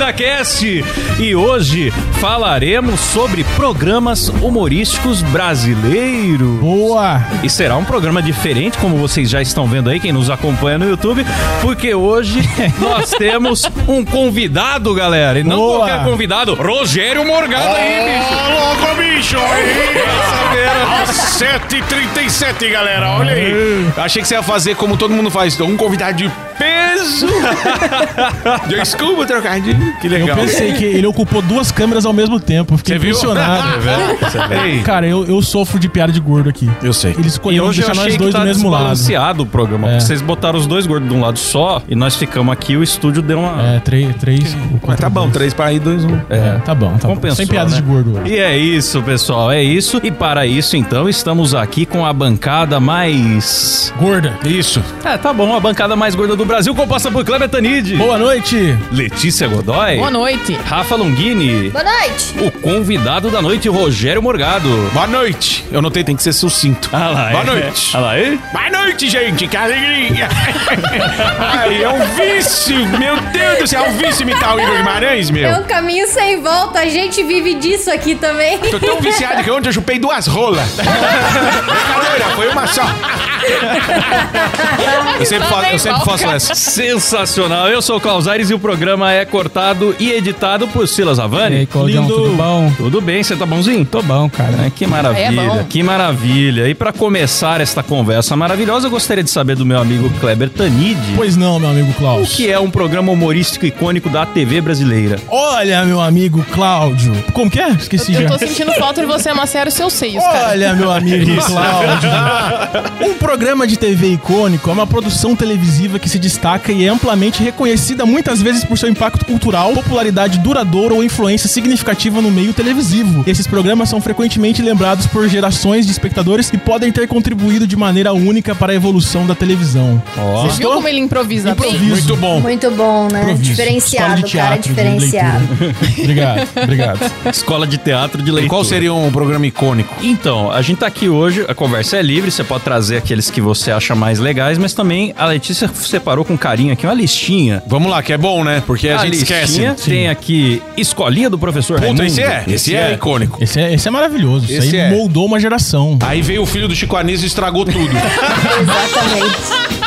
Podcast um e hoje falaremos sobre programas humorísticos brasileiros. Boa! E será um programa diferente, como vocês já estão vendo aí, quem nos acompanha no YouTube, porque hoje nós temos um convidado, galera. E não Boa. qualquer convidado, Rogério Morgado aí, bicho. louco, bicho! Às 7h37, galera, olha aí. Eu achei que você ia fazer como todo mundo faz, um convidado de peso. Desculpa, trocadilho. Que Eu legal. pensei que ele ocupou duas câmeras ao mesmo tempo. Eu Fiquei impressionado. Ei, Cara, eu, eu sofro de piada de gordo aqui. eu sei. Ele E escolheu hoje eu deixar nós achei que dois tá do mesmo lado. desbalanceado o programa. É. porque Vocês botaram os dois gordos de um lado só e nós ficamos aqui o estúdio deu uma... É, três. três Mas tá bom, três para aí, dois, um. É, tá bom, tá bom. Compensou, Sem piadas né? de gordo. hoje. E é isso, pessoal, é isso. E para isso, então, estamos aqui com a bancada mais. Gorda. Isso. É, tá bom, a bancada mais gorda do Brasil, composta por Kleber Tanid, Boa noite. Letícia Godoy, Boa noite. Rafa Longini, Boa noite! o convidado da noite, Rogério Morgado. Boa noite. Eu notei, tem que ser sucinto. Ah lá, Boa é. noite. Ah lá, é. Boa noite, gente. Que alegria. Ai, é um vício. Meu Deus do céu, é um vício imitar o Igor Guimarães, É meu. um caminho sem volta, a gente vive disso aqui também. Tô tão viciado que ontem eu chupei duas rolas. Brincadeira, foi uma só. Eu sempre, falo- eu sempre faço essa. Sensacional. Eu sou o Calzares e o programa é cortado e editado por Silas E aí, Avani. Claudião, Lindo. tudo bom? Tudo bem, você tá bonzinho? Tô bom, cara. É, que maravilha, É bom. que maravilha. E pra começar esta conversa maravilhosa, eu gostaria de saber do meu amigo Kleber Tanide. Pois não, meu amigo O Klaus. que é um programa humorístico icônico da TV brasileira? Olha, meu amigo Cláudio. Como que é? Esqueci Eu já. tô sentindo falta de você amassar os seus seios, cara. Olha, meu amigo Cláudio. Um programa de TV icônico é uma produção televisiva que se destaca e é amplamente reconhecida muitas vezes por seu impacto cultural, popularidade duradoura ou influência significativa no meio televisivo. Esses programas são frequentemente lembrados por gerações de espectadores e podem ter contribuído de maneira única para a evolução da televisão. Ó. Você viu como ele improvisa né? bem? Muito bom. Muito bom, né? Escola Diferenciado, de cara, é teatro, de diferenciado. Obrigado, obrigado. Escola de Teatro de Leitura. E qual seria um programa icônico? Então, a gente tá aqui hoje, a conversa é livre, você pode trazer aqueles que você acha mais legais, mas também a Letícia separou com carinho aqui uma listinha. Vamos lá, que é bom, né? Porque a, gente esquece. listinha tem aqui Escolinha do Professor Puta, Raimundo. esse é. Esse é icônico. Esse é, esse é maravilhoso. Isso Esse aí é. moldou uma geração. Aí veio o filho do Chico Anísio e estragou tudo. Exatamente.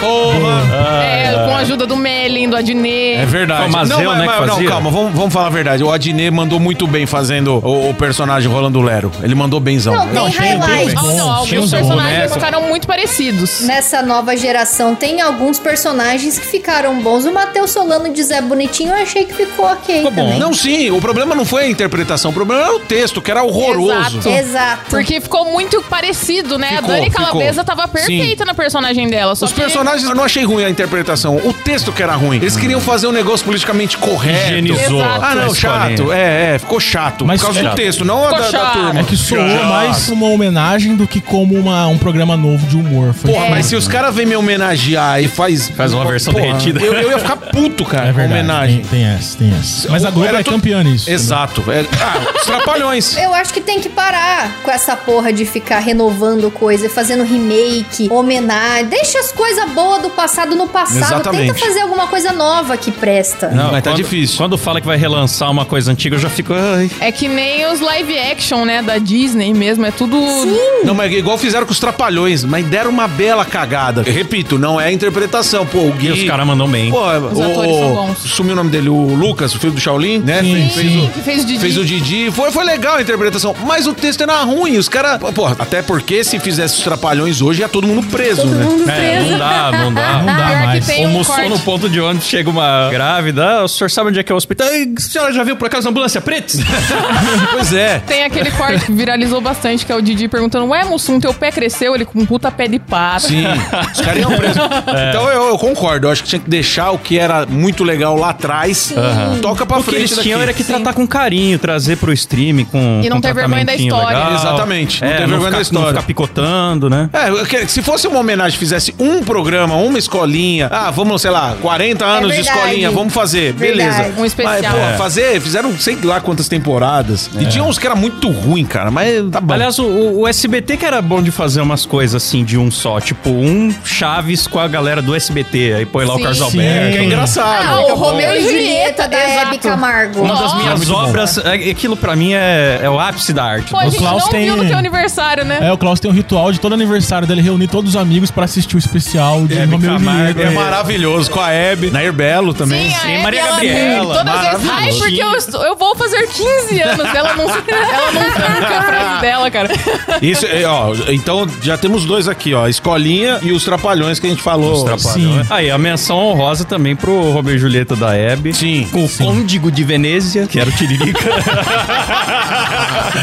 Porra! É, com a ajuda do Melin, do Adnê. É verdade. Tomazeu, não, né, que não, fazia? calma, vamos, vamos falar a verdade. O Adnet mandou muito bem fazendo o, o personagem Rolando Lero. Ele mandou benzão. Não, tem highlights. Ah, não, Tinha alguns uns personagens bonecos. ficaram muito parecidos. Nessa nova geração tem alguns personagens que ficaram bons. O Matheus Solano de Zé Bonitinho eu achei que ficou ok Ficou bom. né? também. Não, sim, o problema não foi a interpretação, o problema era o texto, que era horroroso. Exato. Exato. Porque ficou muito parecido, né? Ficou, a Dani ficou. Calabresa tava perfeita na personagem dela. Só Os que- personagens, eu não achei ruim a interpretação, o texto que era ruim. Eles queriam fazer um negócio politicamente correto. Higienizou. Exato. Ah, a não, escolinha. chato. É, é, ficou chato. Mas por causa chato. do texto, não a Ficou da, da chato. turma. É que soou Chato. mais uma homenagem do que como uma- um programa novo de humor. Foi Porra, mas se os caras vêm me homenagear e faz. Faz uma versão derretida. Eu, eu ia ficar puto, cara. É verdade. Homenagem. Tem, tem essa, tem essa. Mas a Globo Era é tudo- campeã nisso. Exato. É, ah, os trapalhões. Eu acho que tem que parar com essa porra de ficar renovando coisa, fazendo remake, homenagem. Deixa as coisas boas do passado no passado. Exatamente. Tenta fazer alguma coisa nova que presta. Não, Mas tá quando- difícil. Quando fala que vai relançar uma coisa antiga, eu já fico. Ai, É que nem os live action, né? Da Disney mesmo. É tudo. Não, mas igual fizeram com os trapalhões, mas deram uma bela cagada. Eu repito, não é a interpretação. Pô, o Gui. E os caras mandam bem. Pô, o, atores são bons. Sumiu o nome dele, o Lucas, o filho do Shaolin, né? Sim, Fez- fez sim. o- Que fez o Didi. Fez o Didi, foi, foi legal a interpretação, mas o texto era ruim, os caras... Pô, até porque se fizesse os trapalhões hoje, ia todo mundo preso, né? É, não dá, não dá. Não dá Ah, Pior que mais. tem um Almoçou corte. no ponto de ônibus, chega uma grávida. "Ah, O senhor sabe onde é que é o hospital? "Ai, A senhora já viu por acaso a ambulância preta? Pois é. Tem aquele corte que viralizou bastante, que é o Didi perguntando: Ué, Mussum, teu pé cresceu? Ele com um puta pé de pato. Sim, os caras iam preso. Então eu, eu concordo, eu acho que tinha que deixar o que era muito legal lá atrás, toca pra o que frente eles daqui. tinham era que Sim. tratar com carinho, trazer pro stream com. E não com ter vergonha da tratamentinho história. legal. Exatamente, não É, ter não vergonha ficar- da história. Não ficar picotando, né? É, eu quero- se fosse uma homenagem, fizesse um um programa, uma escolinha. Ah, vamos, sei lá, 40 anos de verdade. escolinha, vamos fazer. Verdade. Beleza. É Um Mas, especial. pô, É. fazer, fizeram sei lá quantas temporadas. E tinha uns que era muito ruim, cara, mas tá bom. Aliás, o, o SBT que era bom de fazer umas coisas assim de um só, tipo um Chaves com a galera do SBT, aí põe lá o Sim. Carlos Sim. Alberto. Que é engraçado. Ah, O Romeu e Julieta da exato. Hebe Camargo. Uma das Nossa. minhas Muito bom. obras, é- aquilo pra mim é, é o ápice da arte. Pô, a O gente Klaus não viu tem- no teu aniversário, né? É, o Klaus tem um ritual de todo aniversário dele reunir todos os amigos pra assistir o especial de Romeu e Julieta. é maravilhoso. Com a Hebe, Nair Belo também. Sim, a Hebe, Maria ela Gabriela, sempre, todas as vezes, ai, maravilhoso. porque eu, estou- eu vou fazer 15 anos, ela não se ela não tranca a frase dela, cara. Isso, é, ó, então já temos dois aqui, ó. a Escolinha e os Trapalhões que a gente falou. Os Sim. Aí, a menção honrosa também pro Romeu e Julieta da Hebe. Sim. é- Com o Côndigo de Venezia, que era o Tiririca.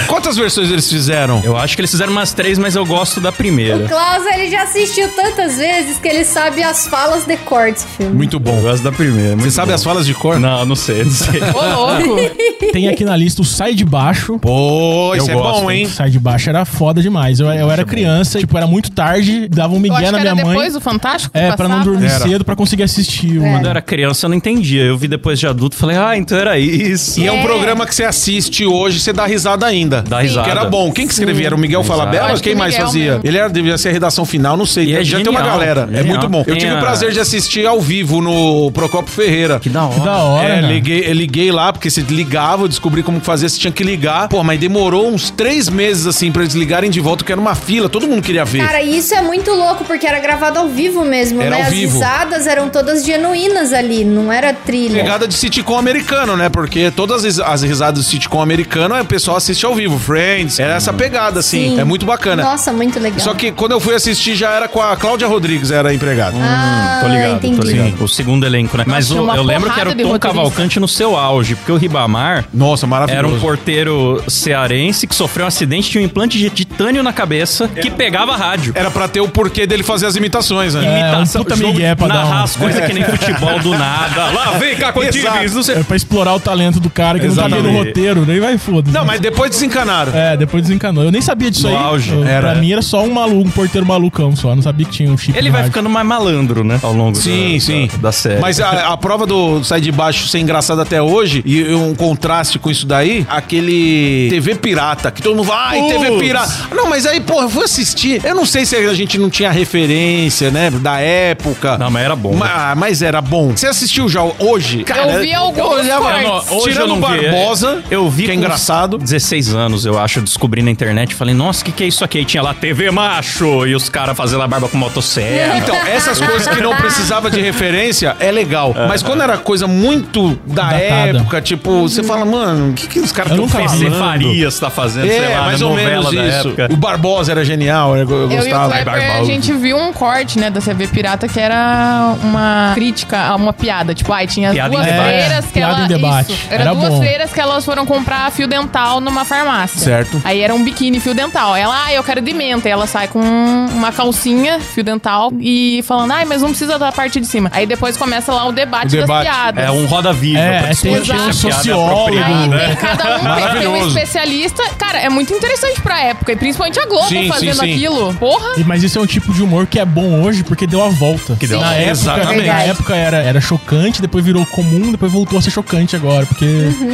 Quantas versões eles fizeram? eu acho que eles fizeram umas três, mas eu gosto da O primeira. Klaus, ele já assistiu tantas vezes que ele sabe as falas de cor desse filme. Muito bom. Eu gosto da primeira. Você sabe as falas de cor? Não, não sei, não sei. Ô, louco. Tem aqui na lista o Sai de Baixo. Pô, isso Eu é gosto, bom, hein? Sai de Baixo era foda demais. Eu, eu era criança, tipo, era muito tarde, dava um Eu acho migué na que era minha mãe. depois do Fantástico que É, pra não passava. né? dormir Era. cedo pra conseguir assistir. É. mano. Quando eu era criança, eu não entendia. Eu vi depois de adulto e falei, ah, então era isso. E é. um programa que você assiste hoje, você dá risada ainda. Dá risada. Que era bom. Quem que escrevia? Era o Miguel Risada. Falabella? Acho Quem que o mais Miguel fazia? mesmo. Ele era, devia ser a redação final, não sei. E é já tem uma genial, galera. É genial. muito bom. Eu Tem tive a- o prazer de assistir ao vivo no Procopio Ferreira. Que da hora. Que da hora. É, cara. liguei, eu liguei lá, porque você ligava, eu descobri como fazer, você tinha que ligar. Pô, mas demorou uns três meses, assim, pra eles ligarem de volta, porque era uma fila, todo mundo queria ver. Cara, isso é muito louco, porque era gravado ao vivo mesmo, Era né? ao As vivo. risadas eram todas genuínas ali, não era trilha. Pegada de sitcom americano, né? Porque todas as- as risadas do sitcom americano, o pessoal assiste ao vivo. Friends, era essa pegada, assim. Sim. É muito bacana. Nossa, muito legal. Só que quando eu fui assistir, já era com a Cláudia Rodrigues, era a empregada. Ah, Hum, Tô ligado, entendi. tô ligado. O segundo elenco, né? Mas tinha o- uma eu lembro que era o porrada de Tom roteirista. Cavalcante no seu auge, porque o Ribamar Nossa, maravilhoso. era um porteiro cearense que sofreu um acidente, tinha um implante de titânio na cabeça que pegava rádio. Era pra ter o porquê dele fazer as imitações, né? É, um Imitação, puta jogo, migué pra dar narrar um- as coisas que nem futebol do nada. Lá Ah, vem cá com times, não sei. É pra explorar o talento do cara que não tá vendo o Exatamente. roteiro, nem vai foda. Não, mas depois desencanaram. É, depois desencanou. Eu nem sabia disso No aí. auge, Eu- era. Pra mim era só um maluco, um porteiro malucão só. Eu Não sabia que tinha um chip. Ele no vai rádio. ficando mais malandro, né? Ao longo Sim, da, sim. Da, da série. Mas ah, a, a prova do Sai de Baixo ser engraçada até hoje, e um contraste com isso daí, aquele TV pirata, que todo mundo fala, ai, TV Putz. pirata. Não, mas aí, porra, eu vou assistir. Eu não sei se a gente não tinha referência, né, da época. Não, mas era bom. Ma- ah, Mas, era bom. Você assistiu já hoje? vi alguns Eu não- cortes. hoje eu tirando não vi. Barbosa, eu vi que é com engraçado. 16 anos, eu acho, eu descobri na internet. Falei, nossa, o que, que é isso aqui? Aí tinha lá TV Macho e os caras fazendo a barba com motosserra. Então, essas coisas que não precisava de referência é legal. Mas quando era coisa muito da Datada. época, tipo, você fala, mano, o que, que os caras Eu estão nunca vi. Você falando? Farias tá fazendo, sei É, lá, mais na ou novela menos da isso. época. O Barbosa era genial, eu, eu Eu e o gostava. Kleber, a gente viu um corte, né, da TV Pirata que era uma crítica a uma piada. Tipo, ai, tinha Piada duas em debate. freiras que Piada ela- em debate. Isso, era, Era duas bom. freiras que elas foram comprar fio dental numa farmácia. Certo. Aí era um biquíni fio dental. Ela, ah, eu quero de menta. E ela sai com uma calcinha fio dental e falando, ai, mas não precisa da parte de cima. Aí depois começa lá o debate, O debate. das piadas. É um roda-viva. É, pra é, tem- discutir tem se a piada é sociólogo, apropriada. Aí né? tem cada um tem- tem um Maravilhoso. especialista. Cara, é muito interessante pra época. E principalmente a Globo Sim, sim, fazendo sim. aquilo. Porra! E- Mas isso é um tipo de humor que é bom hoje porque deu a volta. Que deu na a volta. época, Exatamente. Na época era, era chocante, depois virou comum, depois voltou a ser chocante agora, porque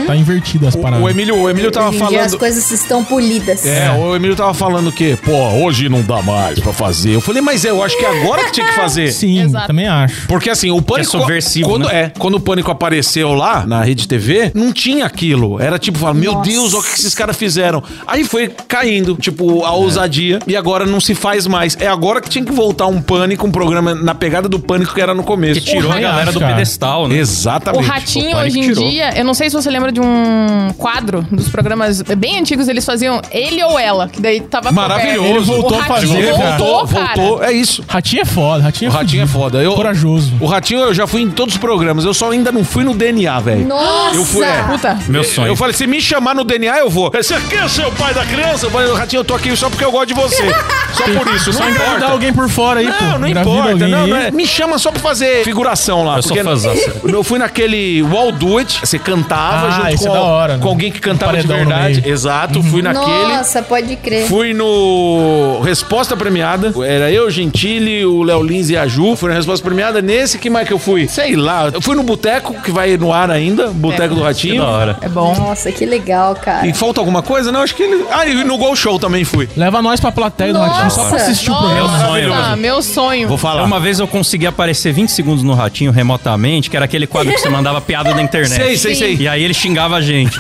tá invertido as paradas. O, o Emílio, o Emílio tava Hoje em dia as falando. coisas estão polidas. É, o Emílio tava falando que, pô, hoje não dá mais pra fazer. Eu falei, mas é, eu acho que é agora que tinha que fazer. Sim, Exato. também acho. Porque assim, o pânico. subversivo, quando, né? É, quando o pânico apareceu lá na rede TV, não tinha aquilo. Era tipo, falar, meu Nossa. Deus, olha o que esses caras fizeram. Aí foi caindo, É. tipo, a ousadia. E agora não se faz mais. É agora que tinha que voltar um pânico, um programa na pegada do pânico que era no começo. Que tirou a Porra, galera do cara. pedestal, né? O Exatamente. Ratinho, Pânico hoje em tirou. dia, eu não sei se você lembra de um quadro dos programas bem antigos, eles faziam ele ou ela, que daí tava Maravilhoso. coberto. Ele voltou o a Ratinho fazer, cara. voltou, cara. voltou. É isso. Ratinho é foda, ratinho O é Ratinho é fudido. foda. Eu, Corajoso. O Ratinho eu já fui em todos os programas. Eu só ainda não fui no DNA, velho. Nossa! Eu fui- é. Puta, Meu Eu, sonho. eu falei, se me chamar no DNA, eu vou. Você quer ser o pai da criança? Eu falei, Ratinho, eu tô aqui só porque eu gosto de você. Só por é isso, Só não engravidar importa. alguém por fora aí, pô. Não, não Engravida importa. alguém Não, aí. não é. Me chama só pra fazer figuração lá. Eu sou porque fãzão. Eu fui naquele Wall Do It. Você cantava Ah, junto esse com, é da hora, né? com alguém que cantava de paredão no verdade. meio. Exato, fui naquele. Nossa, pode crer. Fui no Resposta Premiada. Era eu, Gentili, Lindsay, o Léo Lindsay e a Ju. Foi na resposta premiada. Nesse, que mais que eu fui? Sei lá. Eu fui no Boteco, que vai no ar ainda. Boteco do Que Ratinho. da hora. É bom. Nossa, que legal, cara. E falta alguma coisa? Não, acho que ele. Ah, e no Gol Show também fui. Leva nós pra plateia do Nossa! Ratinho só pra assistir o Nossa, programa. Maravilhoso. meu sonho. Vou falar. Uma vez eu consegui aparecer 20 segundos no Ratinho remotamente, que era aquele quadro que você mandava piada na internet. Sei, sei, sei. E aí ele xingava a gente.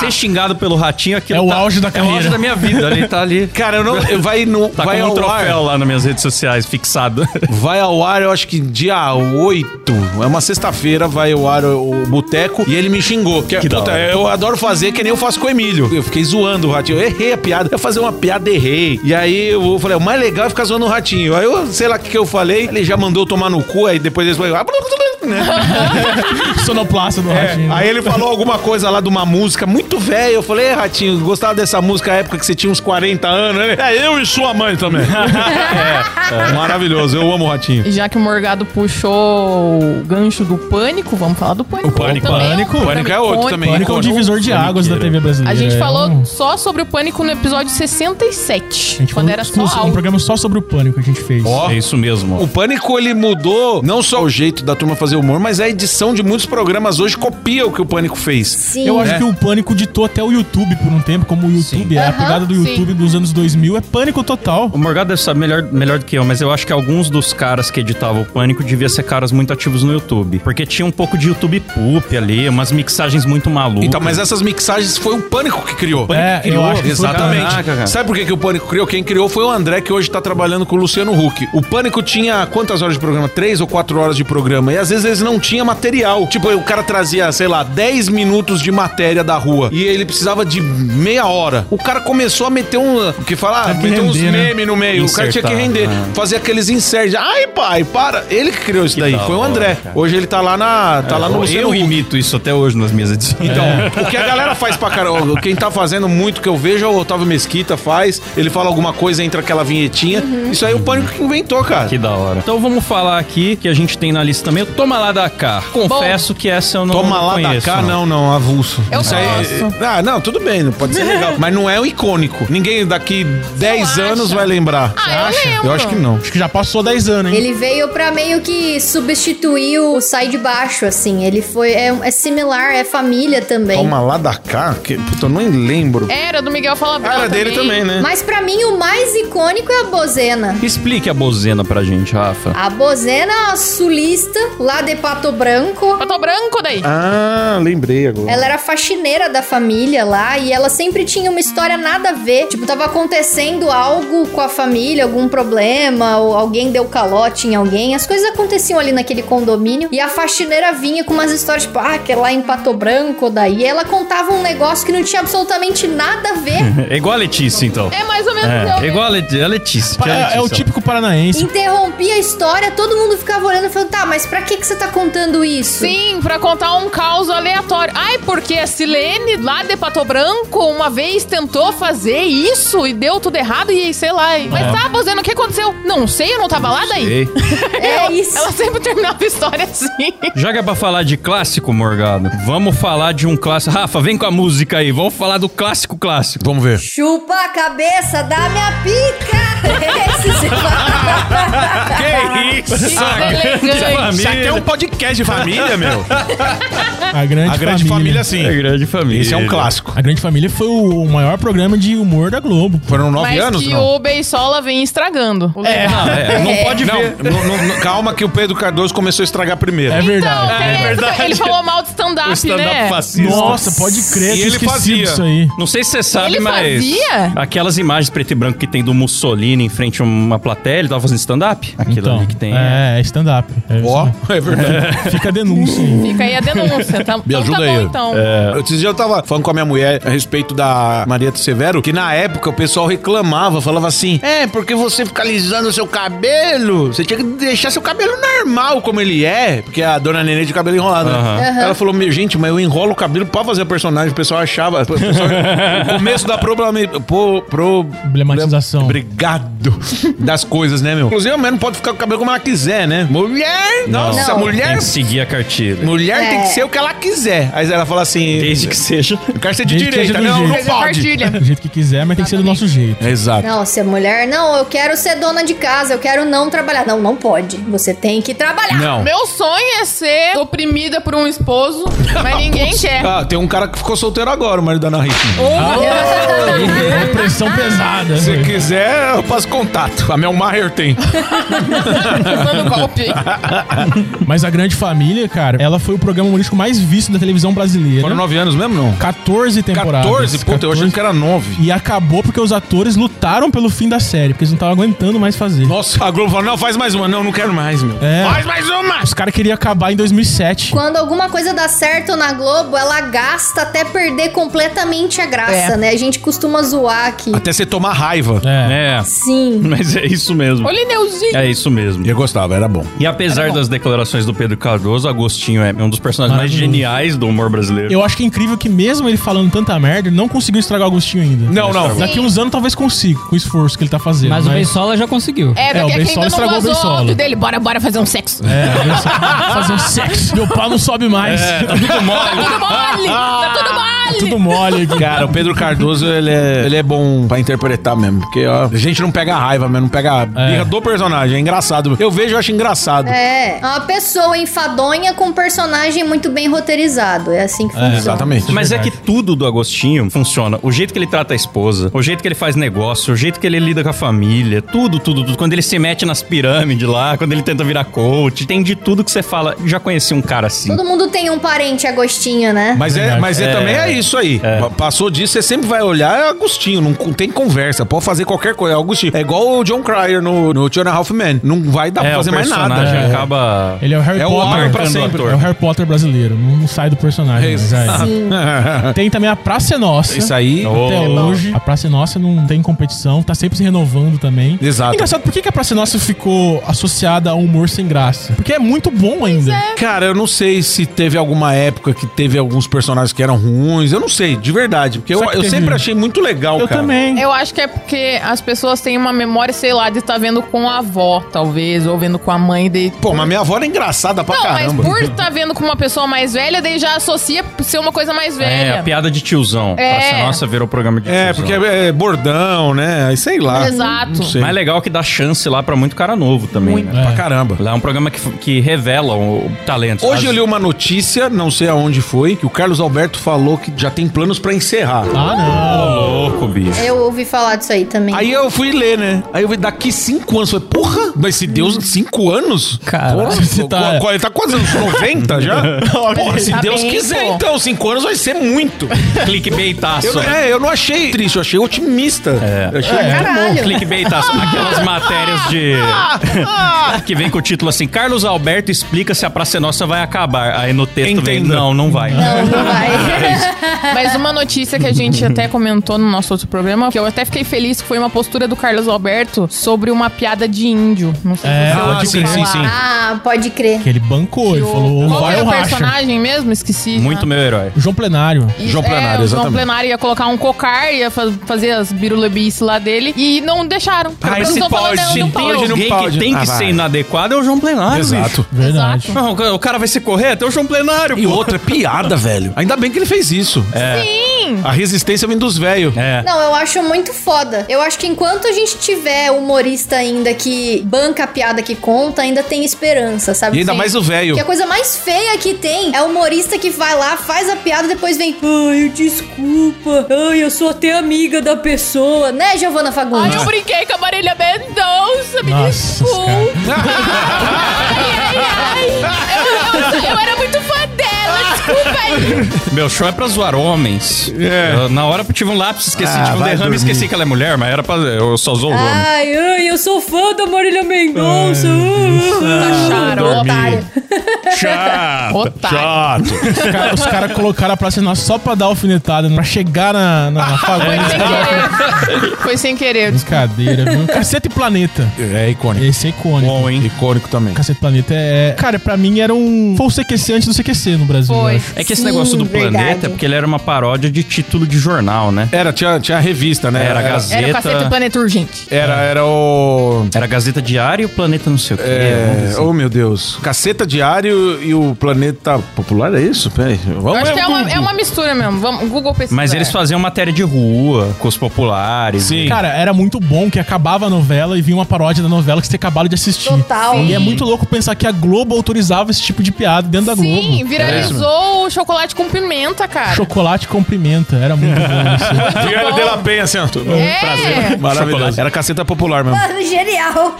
Ser xingado pelo Ratinho aquilo É o auge da É o auge carreira. da minha vida. Ele tá ali. Cara, eu não. eu- Vai, no, Tá vai com um ao troféu ar. lá nas minhas redes sociais, fixado. Vai ao ar, eu acho que dia 8. É uma sexta-feira, vai ao ar o o Boteco. E ele me xingou. Que, é Que da puta, hora. eu adoro fazer que nem eu faço com o Emílio. Eu fiquei zoando o ratinho. Eu errei a piada. Eu fazer uma piada, errei. E aí eu falei, o mais legal é ficar zoando o ratinho. Aí eu, sei lá o que, que eu falei. Ele já mandou eu tomar no cu. Aí depois ele falou. "Ah, blá, blá, blá", né? Sonoplasta do Ratinho. É, Aí ele falou alguma coisa lá de uma música muito velha. Eu falei, "Ei, Ratinho, gostava dessa música na época que você tinha uns 40 anos? Ele, é, eu e sua mãe também. É, é. Maravilhoso, eu amo o Ratinho. E já que o Morgado puxou o gancho do pânico, vamos falar do pânico. O Pânico. Também um Pânico. programa Pânico é outro icônico. também. Pânico é o divisor de águas da TV brasileira. A gente É falou um- só sobre o pânico no episódio 67. A gente quando falou era só exclusivo, um áudio. programa só sobre o pânico que a gente fez. Ó. É isso mesmo. O Pânico, ele mudou não só o jeito da turma fazer humor, mas a edição de muitos programas hoje copia o que o Pânico fez. Sim. Eu acho É. que o Pânico ditou até o YouTube por um tempo, como o YouTube é. A Aham, pegada do sim. YouTube dos anos 2000 é Pânico total. O Morgado deve saber melhor, melhor do que eu, mas eu acho que alguns dos caras que editavam o Pânico devia ser caras muito ativos no YouTube. Porque tinha um pouco de YouTube poop ali, umas mixagens muito malucas. Então, mas essas mixagens foi o Pânico que criou. É, eu acho que foi, Exatamente. Caraca, cara. Sabe por que, que o Pânico criou? Quem criou foi o André, que hoje tá trabalhando com o Luciano Huck. O Pânico tinha quantas horas de programa? Três ou quatro horas de programa. E às vezes eles não tinham material. Tipo, o cara trazia, sei lá, 10 minutos de matéria da rua. E ele precisava de meia hora. O cara começou a meter um. O que falar? Teve que Meter uns render, né? memes no meio. o cara tinha que Insertar, render. né? Fazer aqueles inserts. Ai, pai, para. Ele que criou isso daí. da Foi o hora, André. cara. É. Hoje ele tá lá na. Tá lá no Luciano eu Huck. imito isso até hoje nas minhas edições. Então, o que a galera faz pra caramba, quem tá fazendo muito que eu vejo é o Otávio Mesquita faz, ele fala alguma coisa, entra aquela vinhetinha. Uhum. Isso aí é o pânico que inventou, cara. Que da hora. Então vamos falar aqui que a gente tem na lista também. o Toma lá da cá. Confesso que essa eu não Toma lá conheço, da cá, não, não, avulso. Eu Isso aí- gosto. ah, não, tudo bem, pode ser legal. mas não é o icônico. Ninguém daqui 10 acha? anos vai lembrar. Ah, eu lembro. Eu acho que não. Acho que já passou 10 anos, hein? Ele veio pra meio que substituir o Sai de Baixo, assim. Ele foi. É, é similar, é família também. Toma lá da cá? Que, puta, eu nem lembro. Era do Miguel Falabella Cara dele também, né? Mas pra mim o mais icônico é a Bozena. Explique a bozena pra gente, Rafa. A Bozena sulista, lá de Pato Branco. Pato Branco daí. Ah, lembrei agora. Ela era faxineira da família lá e ela sempre tinha uma história nada a ver. Tipo, tava acontecendo algo com a família, algum problema, ou alguém deu calote em alguém. As coisas aconteciam ali naquele condomínio e a faxineira vinha com umas histórias, tipo, ah, que é lá em Pato Branco, daí. E ela contava um negócio que não tinha absolutamente nada a ver. É igual a Letícia, então. É mais ou menos o É, meu. igual a Leti- a Letícia. Pa- que é a É, é o Letícia. típico paranaense. Interrompia a história, todo mundo ficava olhando e falando, tá, mas pra que, que você tá contando isso? Sim, pra contar um caos aleatório. Ai, porque a Silene, lá de Pato Branco, uma vez tentou fazer isso e deu tudo errado e sei lá. e- Mas tá, Bozena, o que aconteceu? Não sei, eu não tava lá daí. Ei. É isso. Ela sempre terminava a história assim. Já que é pra falar de clássico, Morgado, vamos falar de um clássico. Rafa, vem com a música aí. Vamos falar do clássico clássico. Vamos ver. Chupa a cabeça da minha pica! Esse se Que isso? Elegante. Isso aqui é um podcast de família, meu. A grande, A grande família, família. sim. grande família. Esse é um clássico. A Grande Família foi o o maior programa de humor da Globo. Foram nove Mas anos, que não? o Beisola vem estragando. É, não, é, não pode Não, ver. não, não, não, calma que o Pedro Cardoso começou a estragar primeiro. É verdade. Então, tem essa- verdade. Ele falou mal de stand-up, O stand-up né? fascista. Nossa, pode crer, E eu ele esqueci fazia. disso aí. Não sei se você sabe, Ele mas. fazia? Aquelas imagens preto e branco que tem do Mussolini em frente a uma plateia, ele tava fazendo stand-up? Aquilo ali que tem. É, é stand-up. É isso Ó, aí. é verdade. Fica a denúncia. aí. Fica aí a denúncia. Tá, então ajuda tá aí. É. bom, então. Eu- Esses dias eu tava falando com a minha mulher a respeito da Marieta Severo, que na época o pessoal reclamava, falava assim: É, porque você fica alisando o seu cabelo, você tinha que deixar seu cabelo normal como ele é, porque a dona Nenê de cabelo enrolado. né? Aham. Ela falou: Meu, gente, mas eu enrolo o cabelo pra fazer a personagem. O pessoal achava. O pessoal- o começo da problema, pro, pro- Problematização. Obrigado das coisas, né? né, meu? Inclusive, a mulher não pode ficar com o cabelo como ela quiser, né? Mulher! Não. Nossa, Não. Tem mulher. que seguir a cartilha. Mulher tem que É. ser o que ela quiser. Aí ela fala assim. Desde que seja. Eu quero ser de Desde que seja direita. do Não, não Mas é pode. partilha. Do jeito que quiser, mas tem que ser do nosso jeito. Exato. Não, se a mulher, não, eu quero ser dona de casa, eu quero não trabalhar. Não, não pode. Você tem que trabalhar. Não. Meu sonho é ser oprimida por um esposo, mas ninguém quer. Ah, tem um cara que ficou solteiro agora, o marido da Ana Hickman. ah, É pressão pesada. assim. Se velho. quiser, eu passo contato. A Mel Maher tem. Dando golpe. Mas a Grande Família, cara, ela foi o programa humorístico mais visto da televisão brasileira. Foram nove anos mesmo, não? 14 temporadas. 14? Puta, eu achei que era nove. E acabou porque os atores lutaram pelo fim da série, porque eles não estavam aguentando mais fazer. Nossa, a Globo falou, não, faz mais uma. Não, não quero mais, meu. É. Faz mais uma! Os caras queriam acabar em 2007. Quando alguma coisa dá certo na Globo, ela gasta até perder completamente a graça, É. né? A gente costuma zoar aqui. Até você tomar raiva. É. É, Sim. mas é isso mesmo. Olha, Neuzinho. É isso mesmo. Eu gostava, era bom. E apesar das declarações do Pedro Cardoso, Agostinho é um dos personagens mais Maravilhoso. geniais do humor brasileiro. Eu acho que é incrível que mesmo ele falando tanta merda, ele não conseguiu estragar o Agostinho ainda. Não, não. Daqui uns anos talvez consiga, com o esforço que ele tá fazendo. Mas o Beisola já conseguiu. É, É, o daqui a Ben quem Solo ainda não estragou o Ben vazou o Solo. áudio dele. Bora, bora fazer um sexo. É, o Beisola fazer um sexo. Meu pau não sobe mais. tá tudo Tá tudo mole! Tá tudo mole! tudo mole aqui. Cara, o Pedro Cardoso, ele é, ele é bom pra interpretar mesmo. Porque, ó, a gente não pega a raiva mesmo, não pega a birra do personagem. É engraçado. Eu vejo e acho engraçado. É. Uma pessoa enfadonha com um personagem muito bem roteirizado. É assim que funciona. Exatamente. Mas é que tudo do Agostinho funciona. O jeito que ele trata a esposa, o jeito que ele faz negócio, o jeito que ele lida com a família, tudo, tudo, tudo. Quando ele se mete nas pirâmides lá, quando ele tenta virar coach, tem de tudo que você fala. Já conheci um cara assim. Todo mundo tem um parente Agostinho, né? Mas, é, Verdade. mas é, É. também é isso aí. Pa- Passou disso, você sempre vai olhar, é Agostinho, não con- tem conversa, pode fazer qualquer coisa. É Agostinho. É igual o John Cryer no, no Two and a Half Men. Não vai dar pra É, o fazer mais nada. né? personagem acaba. Ele é o Harry É o Potter. Homem pra sempre. É o Harry Potter brasileiro. Não não sai do personagem. mas já é. Sim. Tem também a Praça é Nossa. Isso aí. Oh. Até hoje, a Praça é Nossa não tem competição, tá sempre se renovando também. Exato. Engraçado, por que que a Praça é Nossa ficou associada a um humor sem graça? Porque é muito bom ainda. Cara, eu não sei se teve alguma época que teve alguns personagens que eram ruins. Eu não sei, de verdade. Porque eu, Só que eu teve- sempre achei muito legal, Eu cara. também. Eu acho que é porque as pessoas têm uma memória, sei lá, de estar vendo com a avó, talvez, ou vendo com a mãe de. Pô, mas minha avó era engraçada pra Não, caramba. mas por estar vendo com uma pessoa mais velha, daí já associa ser uma coisa mais É, a velha. piada de tiozão. É. Praça Nossa virou programa de tiozão. É, porque é, é bordão, né? Aí Sei lá. Exato. Não sei. Mas é legal que dá chance lá pra muito cara novo também. Né? Pra caramba. Lá é um programa que, que revela o, o talento. Tá Hoje eu As- li uma notícia, não sei aonde foi, que o Carlos Alberto falou que já tem planos pra encerrar. Ah, não. Louco, bicho. Eu ouvi falar disso aí também. Aí eu fui ler, né? Aí eu vi daqui cinco anos. Falei, porra, mas se Deus, cinco anos? Caralho, Porra, você tá- qu- qu- Ele tá quase nos 90 já? Porra, se Tá Deus bem, quiser, pô. então, cinco anos vai ser muito. Clickbaitaço. Eu, não- né? é, eu não achei triste, eu achei otimista. É. Eu achei muito Caralho. um Clickbaitaço. Aquelas matérias de. que vem com o título assim: Carlos Alberto explica se a Praça é Nossa vai acabar. Aí no texto vem: Entenda. Não, não vai. É Não, não vai. Mas uma notícia que a gente até comentou no nosso outro programa, que eu até fiquei feliz, foi uma postura do Carlos Alberto sobre uma piada de índio. Não sei É, se você ah, ouviu sim, sim, falar. sim. ah, pode crer. Que ele bancou, ele falou, Qual vai era ou o racha. personagem mesmo? Esqueci. Muito meu herói. O João Plenário. E- é, João Plenário, o João exatamente. Plenário ia colocar um cocar, ia fa- fazer as birulebices lá dele e não deixaram. Ah, Eu esse não tô falando pode, dela, esse não Tem Hoje pode. não alguém pode. que tem que Ah, ser vai. inadequado é o João Plenário. bicho. Exato. Verdade. Exato. Não, o ca- o cara vai ser correto? É o João Plenário. E pô. outra, é piada, velho. É. Ainda bem que ele fez isso. Sim! A resistência vem dos velhos. É. Não, eu acho muito foda. Eu acho que enquanto a gente tiver humorista ainda que banca a piada que conta, ainda tem esperança, sabe? E ainda Sim. mais o velho. Porque a coisa mais feia que tem é o humorista que vai lá, faz a piada e depois vem. Ai, desculpa. Ai, eu sou até amiga da pessoa. Né, Giovana Fagundes? Ai, eu brinquei com a Marília Mendonça, me Nossa, desculpa. Ai, ai, ai. Eu, eu- eu era muito fã dela, desculpa aí. Meu show é pra zoar homens. É. Eu, na hora eu tive um lápis, esqueci, Ah, tive um vai derrame, dormir. esqueci que ela é mulher, mas era pra. Eu só zoo o homem. Ai, ai, eu sou fã da Marília Mendonça. Acharam. Otário. Chato. é Otário. Chato. Os caras colocaram a Praça é Nossa só pra dar alfinetada, pra chegar na, na, na Foi sem favela. querer. Foi sem querer. Brincadeira, viu? Cacete Planeta. É icônico. Esse é icônico. Bom, hein? Icônico também. Cacete Planeta é. Cara, pra mim era um. Foi o CQC antes do CQC no Brasil. Foi. eu acho. É que esse Sim, negócio do verdade. planeta, é porque ele era uma paródia de título de jornal, né? Era, tinha, tinha a revista, né? Era a era, Gazeta. Era o cacete do planeta urgente. era, era o. Era a Gazeta Diária e o Planeta não sei o quê. vamos dizer É, assim. oh meu Deus. Caceta Diário e o Planeta Popular, é isso? Peraí. Vamos Eu acho que é Então Google. uma, é uma mistura mesmo. Vamos, Google pesquisa. Mas eles faziam matéria de rua, com os populares. Sim. Cara, era muito bom que acabava a novela e vinha uma paródia da novela que você acabado de assistir. Total. E é muito louco pensar que a Globo autorizava esse tipo de piada dentro da Globo. Sim, viralizou É. o chocolate com pimenta, cara. Chocolate com pimenta. Era muito bom isso. Diário de La Penha, assim, ó. É, Maravilhoso. Era Caceta Popular mesmo. Mano, genial.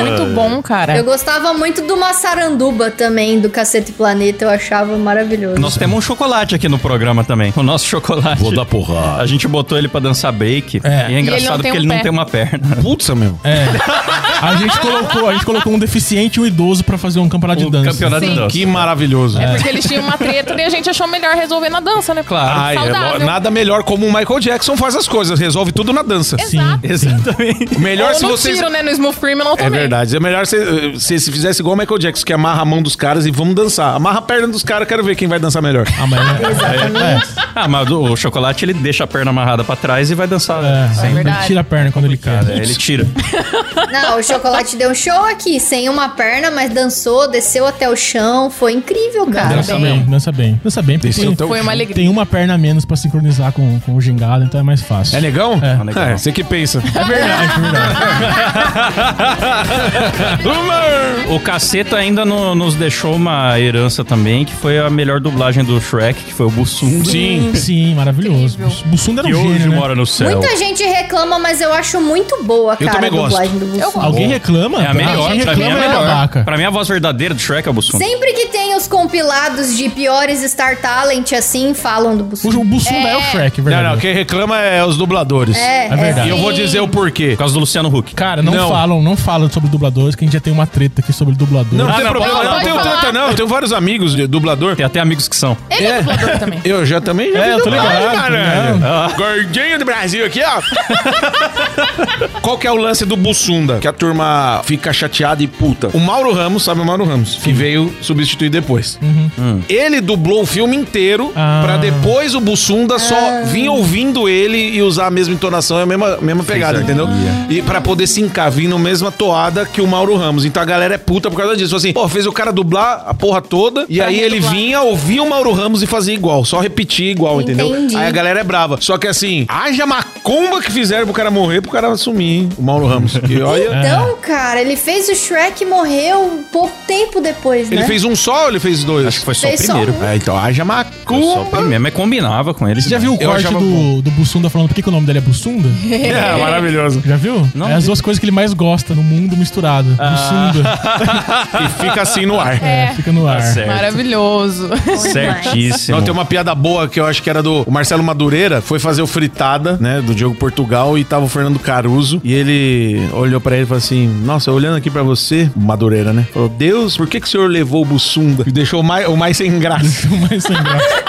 muito bom, cara. É. Eu gostava muito do Massaranduba também, do Cacete Planeta, eu achava maravilhoso. Nós temos um chocolate aqui no programa também. O nosso chocolate. Vou dar porra. A gente botou ele pra dançar bake. É. E é E ele não engraçado porque tem um ele não pé. tem uma perna. Putz, meu. É. A gente colocou, a gente colocou um deficiente e um idoso pra fazer um campeonato de O dança. campeonato Sim. de dança. Que maravilhoso. É porque eles tinham uma treta e a gente achou melhor resolver na dança, né? Claro. Ai, é Saudável. lo- nada melhor como o Michael Jackson faz as coisas, resolve tudo na dança. Exato. Exatamente. O Melhor Ou se no vocês. tiro, né? No Smooth Criminal É também. verdade. É melhor se, se, se fizesse igual o Michael Jackson, que amarra a mão dos caras e vamos dançar. Amarra a perna dos caras, quero ver quem vai dançar melhor. Amanhã. é, Ah, mas o chocolate ele deixa a perna amarrada pra trás e vai dançar. É, Sim. ele verdade. tira a perna quando ele cai. É, ele tira. Não, o Chocolate deu um show aqui, sem uma perna, mas dançou, desceu até o chão, foi incrível, cara. Dança bem, dança bem. Dança bem, porque Desceu tem, até é o Foi uma alegria. tem uma perna a menos pra sincronizar com, com o gingado, então é mais fácil. É negão? É, negão. você que pensa. É verdade, é verdade. O Caceta ainda no- nos deixou uma herança também, que foi a melhor dublagem do Shrek, que foi o Bussunda. Sim. Sim, maravilhoso. Incrível. Bussunda era Que um hoje gênio, né? mora no céu. Muita gente reclama, mas eu acho muito boa, cara, também a dublagem do Eu Bussunda. gosto. Alguém reclama? É a melhor, Alguém pra mim é a reclama é melhor. babaca. Pra mim a voz verdadeira do Shrek é o Bussunda. Sempre que tem os compilados de piores Star Talent, assim, falam do Bussunda. O Bussunda é, o Shrek, é Não, verdade. não, quem reclama é os dubladores. É, é verdade. E eu vou dizer o porquê. Por causa do Luciano Huck. Cara, não, Não. falam, não falam sobre dubladores, que a gente já tem uma treta aqui sobre dubladores. Ah, Não, não tem não, problema, pode não, falar. tenho Pode tanta, falar. não. Eu tenho vários amigos de dublador. Tem até amigos que são. Ele é, dublador também. Eu já também já um É, vi eu tô dublagem, ligado, caralho. Gordinho do Brasil aqui, ó. Qual que é o lance do Bussunda? Que a turma fica chateada e puta. O Mauro Ramos, sabe o Mauro Ramos? Que veio substituir depois. Ele dublou o filme inteiro Ah. pra depois o Bussunda Ah. só vir ouvindo ele e usar a mesma entonação e a mesma, mesma pegada, entendeu? E pra poder se encar, vir na mesma toada que o Mauro Ramos. Então a galera é puta por causa disso. Assim, pô, fez o cara dublar a porra toda e aí ele redublar. vinha, ouvia o Mauro Ramos e fazia igual, só repetia igual, Entendi. entendeu? Aí a galera é brava. Só que assim, haja macumba que fizeram pro cara morrer, pro cara sumir, hein? O Mauro Ramos. E olha. Então, cara, ele fez o Shrek e morreu pouco tempo depois, Ele né? fez um só ou ele fez dois? Acho que foi só o Fez só primeiro. um. É, então haja Foi só o macumba. primeiro, mas combinava com ele. Você já viu um o Eu corte achava do, do Bussunda falando por que, que o nome dele é Bussunda? É, maravilhoso. Já viu? Não, Ah. é as duas coisas que ele mais gosta no mundo misturado. Bussunda. E fica assim no ar. É, fica no ar. Tá certo. Maravilhoso. Certíssimo. Não, tem uma piada boa que eu acho que era do o Marcelo Madureira, foi fazer o fritada, né, do Diogo Portugal e tava o Fernando Caruso, e ele olhou pra ele e falou assim: "Nossa, olhando aqui pra você, Madureira, né? Falou: "Deus, por que que o senhor levou o Bussunda?" E deixou o mais, o mais sem graça. Mas sem graça.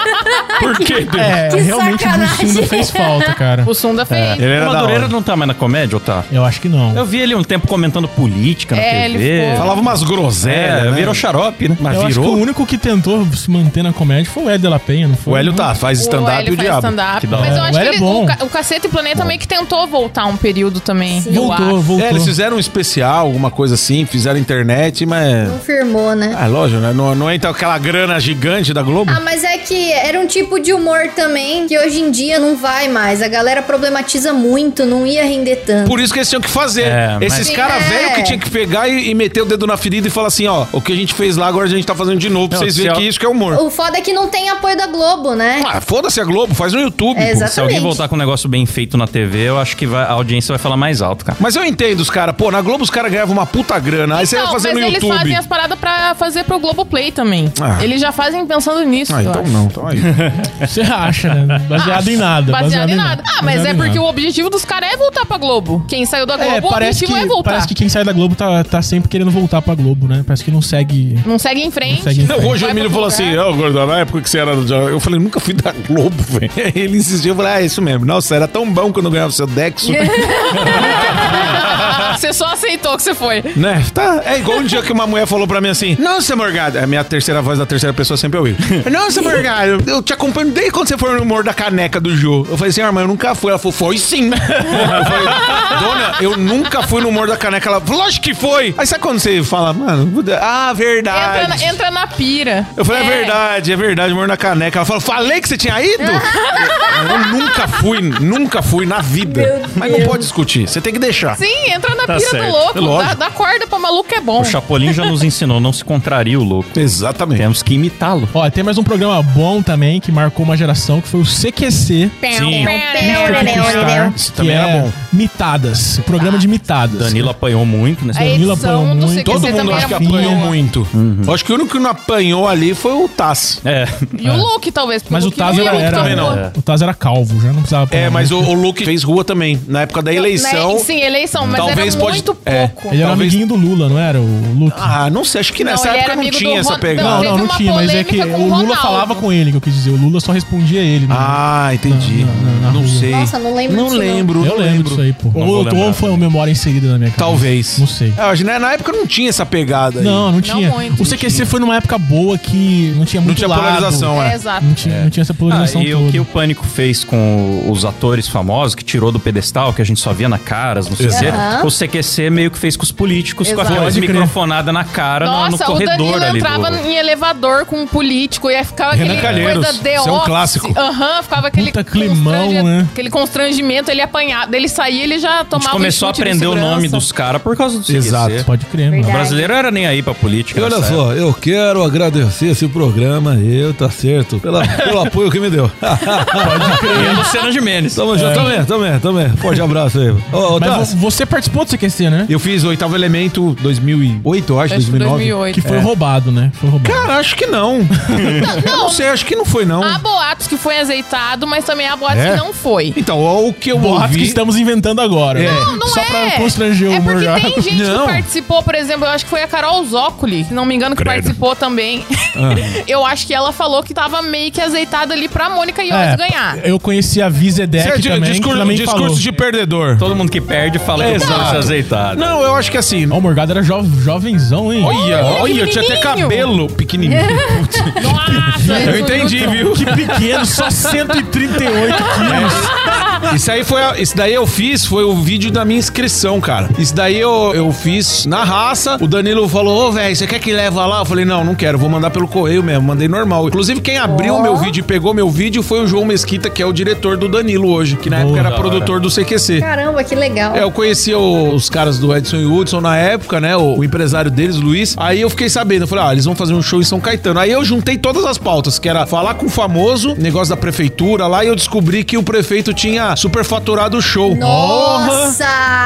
Por quê? Deus? É, Que realmente o sacanagem. Bussunda fez falta, cara. O Sunda fez. Ele era O da Madureira hora. não tá mais na comédia, ou tá? Eu acho que não. Eu vi ele um tempo comentando política na É, TV. ele ficou- Falava umas groselhas, É, né? virou xarope, né? Mas Eu acho que o virou. único que tentou se manter na comédia foi o Hélio de la Penha, não foi? O Hélio tá, faz stand-up e o faz diabo. stand-up. da Mas hora. O eu acho que Hélio é ele, bom. o, ca- o Cacete e Planeta meio que tentou voltar um período também. eu Voltou, acho. voltou. É, eles fizeram um especial, alguma coisa assim, fizeram internet, mas. Confirmou, né? Ah, lógico, né? Não, não entra aquela grana gigante da Globo. Ah, mas é que era um tipo de humor também que hoje em dia não vai mais. A galera problematiza muito, não ia render tanto. Por isso que eles tinham que fazer. É, mas- Esses caras É. velhos que tinha que pegar e, e meter o dedo na ferida e falar assim, ó, o que a gente fez lá, agora a gente tá fazendo de novo, pra Não, vocês se verem a- que isso que é humor. O foda é que não tem apoio da Globo, né? Ah, foda-se a Globo, faz no YouTube. É, pô. exatamente. Se alguém voltar com um negócio bem feito na TV, eu acho que vai- a audiência vai falar mais alto, cara. Mas eu entendo os caras, pô, na Globo os caras ganhavam uma puta grana, aí você vai Não, mas fazer no eles YouTube. fazem as paradas pra fazer pro Globoplay também. Ah. Eles já fazem pensando nisso. Ah, eu então acho. Ah, não, então aí. Você acha, né? Baseado em nada. Baseado, em nada. Ah, mas Baseado é em porque nada. o objetivo dos caras é voltar pra Globo. Quem saiu da Globo, É, o parece objetivo que, é voltar. parece que quem sai da Globo tá, tá sempre querendo voltar pra Globo, né? Parece que não segue. Não segue em frente. Não segue em frente. Hoje o vai Emílio falou pra outro assim, lugar. ó, gordo, na época que você era... do- Eu falei, nunca fui da Globo, velho. Aí Ele insistiu, eu falei, ah, é isso mesmo. Nossa, era tão bom quando eu ganhava o seu Dexo. Você só aceitou que você foi. né? Tá. É igual um dia que uma mulher falou pra mim assim, nossa, Morgado. A minha terceira voz da terceira pessoa sempre é o Igor. Nossa, Morgado, eu te acompanho desde quando você foi no humor da caneca do Jô. Eu falei assim, ah, mas eu nunca fui. Ela falou, foi sim. Eu falei, dona, eu nunca fui no humor da caneca. Ela falou, lógico que foi. Aí sabe quando você fala, mano, ah, verdade. Entra na, entra na pira. Eu falei, é, verdade, é verdade, amor na caneca. Ela falou, falei que você tinha ido? eu, eu nunca fui, nunca fui na vida. Mas não pode discutir, você tem que deixar. Sim, entra na Tá pira certo. do louco. Dá, Lógico. dá corda pra maluco que é bom. O Chapolin já nos ensinou, não se contraria o louco. Exatamente. Temos que imitá-lo. Ó, tem mais um programa bom também que marcou uma geração, que foi o CQC. Sim. Star, Isso que também era é bom. Mitadas. O programa de mitadas. Danilo apanhou muito nesse A programa. Danilo apanhou edição do muito. CQC Todo mundo também acho que era apanhou boa. muito. Uhum. Acho que o único que não apanhou ali foi o Tassi. É. E o Luke, talvez. porque Mas o Luke Taz não ia era, muito era, pra rua. o Taz era calvo, já não precisava né? É, Uhum. apanhar mas muito. o, o Luke fez rua também, na época da eleição. Né? Sim, eleição, mas Talvez era pode- muito é. pouco. Ele era talvez- amiguinho do Lula, não era? O Luke. Ah, não sei, acho que Não, nessa ele época era não amigo tinha do essa Ron- pegada. Ah, não, não, teve não uma tinha, mas é que polêmica o com o Lula Ronaldo. falava com ele, que eu quis dizer. O Lula só respondia ele. né? Ah, entendi. Não, não, Não, não. sei. Nossa, não lembro Não disso, não. lembro, eu não lembro disso aí, pô. Não vou Ou, ou lembrar foi uma memória inserida na minha cabeça. Talvez. Não sei. É, acho que na- na época não tinha essa pegada aí. Não, não tinha. muito. o CQC foi numa época boa que não tinha Não muito tinha lado. polarização, É, é. exato. Não tinha, não tinha essa Ah, polarização e o toda. que o Pânico fez com os atores famosos, que tirou do pedestal, que a gente só via na caras, não sei o quê, Aham. o CQC meio que fez com os políticos, com Exato. a voz Pode crer. microfonada na cara no- no, Nossa, o corredor Danilo ali entrava do... em elevador com um político e aí ficava Renan aquele Calheiros, coisa de isso é um office. clássico. Aham, ficava aquele Puta climão, constrange- né? Aquele constrangimento, ele apanhado. Ele saía, ele já A gente tomava um começou a chute de aprender o nome segurança. dos caras por causa do CQC. Exato. Pode crer, O mano. Verdade. brasileiro era nem aí pra política. E olha nessa época. só, eu quero agradecer esse programa aí, tá certo? Pela, pelo apoio que me deu. E a Luciana Gimenez. Tamo junto, também, também, também. Forte abraço aí. Ô, ô Mas Tassi, vo- você participou do CQC, né? Eu fiz o oitavo elemento 2008, eu acho, Acho que 2009. 2008. Que foi roubado, né? Foi roubado. Cara, acho que não. Ah, Não, não sei, acho que não foi não. há boatos que foi azeitado, mas também há boatos É? que não foi. Então, o que eu Boatos que ouvi... estamos inventando agora. É. né? Não, não Só é. pra constranger o é porque Morgado. tem gente Não. que participou, por exemplo, eu acho que foi a Carol Zócoli, se não me engano, que participou também. eu acho que ela falou que tava meio que azeitada ali pra Mônica Iose É, ganhar. Eu conheci a Vizedec Isso é di- também, discurso, que também discurso falou. de perdedor. Todo mundo que perde fala que Exato. o se azeitado. Não, eu acho que assim... Ó, o Morgado era jo jovenzão, hein? Olha, Olha, olha, tinha até pequenininho. cabelo pequenininho. Nossa, Eu entendi, viu? Que pequeno, só 138 quilos. É Isso aí foi. a- Isso daí eu fiz, foi o vídeo da minha inscrição, cara. Isso daí eu, eu fiz na raça. O Danilo falou: Ô, velho, você quer que leva lá? Eu falei: Não, não quero, vou mandar pelo correio mesmo. Mandei normal. Inclusive, quem abriu o meu vídeo e pegou meu vídeo foi o João Mesquita, que é o diretor do Danilo hoje, que na Boa, época da era hora. produtor do CQC. Caramba, que legal. É, eu conhecia o- os caras do Edson e Hudson na época, né? O, o empresário deles, o Luiz. Aí eu fiquei sabendo, eu falei, ah, eles vão fazer um show em São Caetano. Aí eu juntei todas as pautas, que era falar com o famoso, negócio da prefeitura lá, e eu descobri que o prefeito tinha superfaturado o show. Nossa!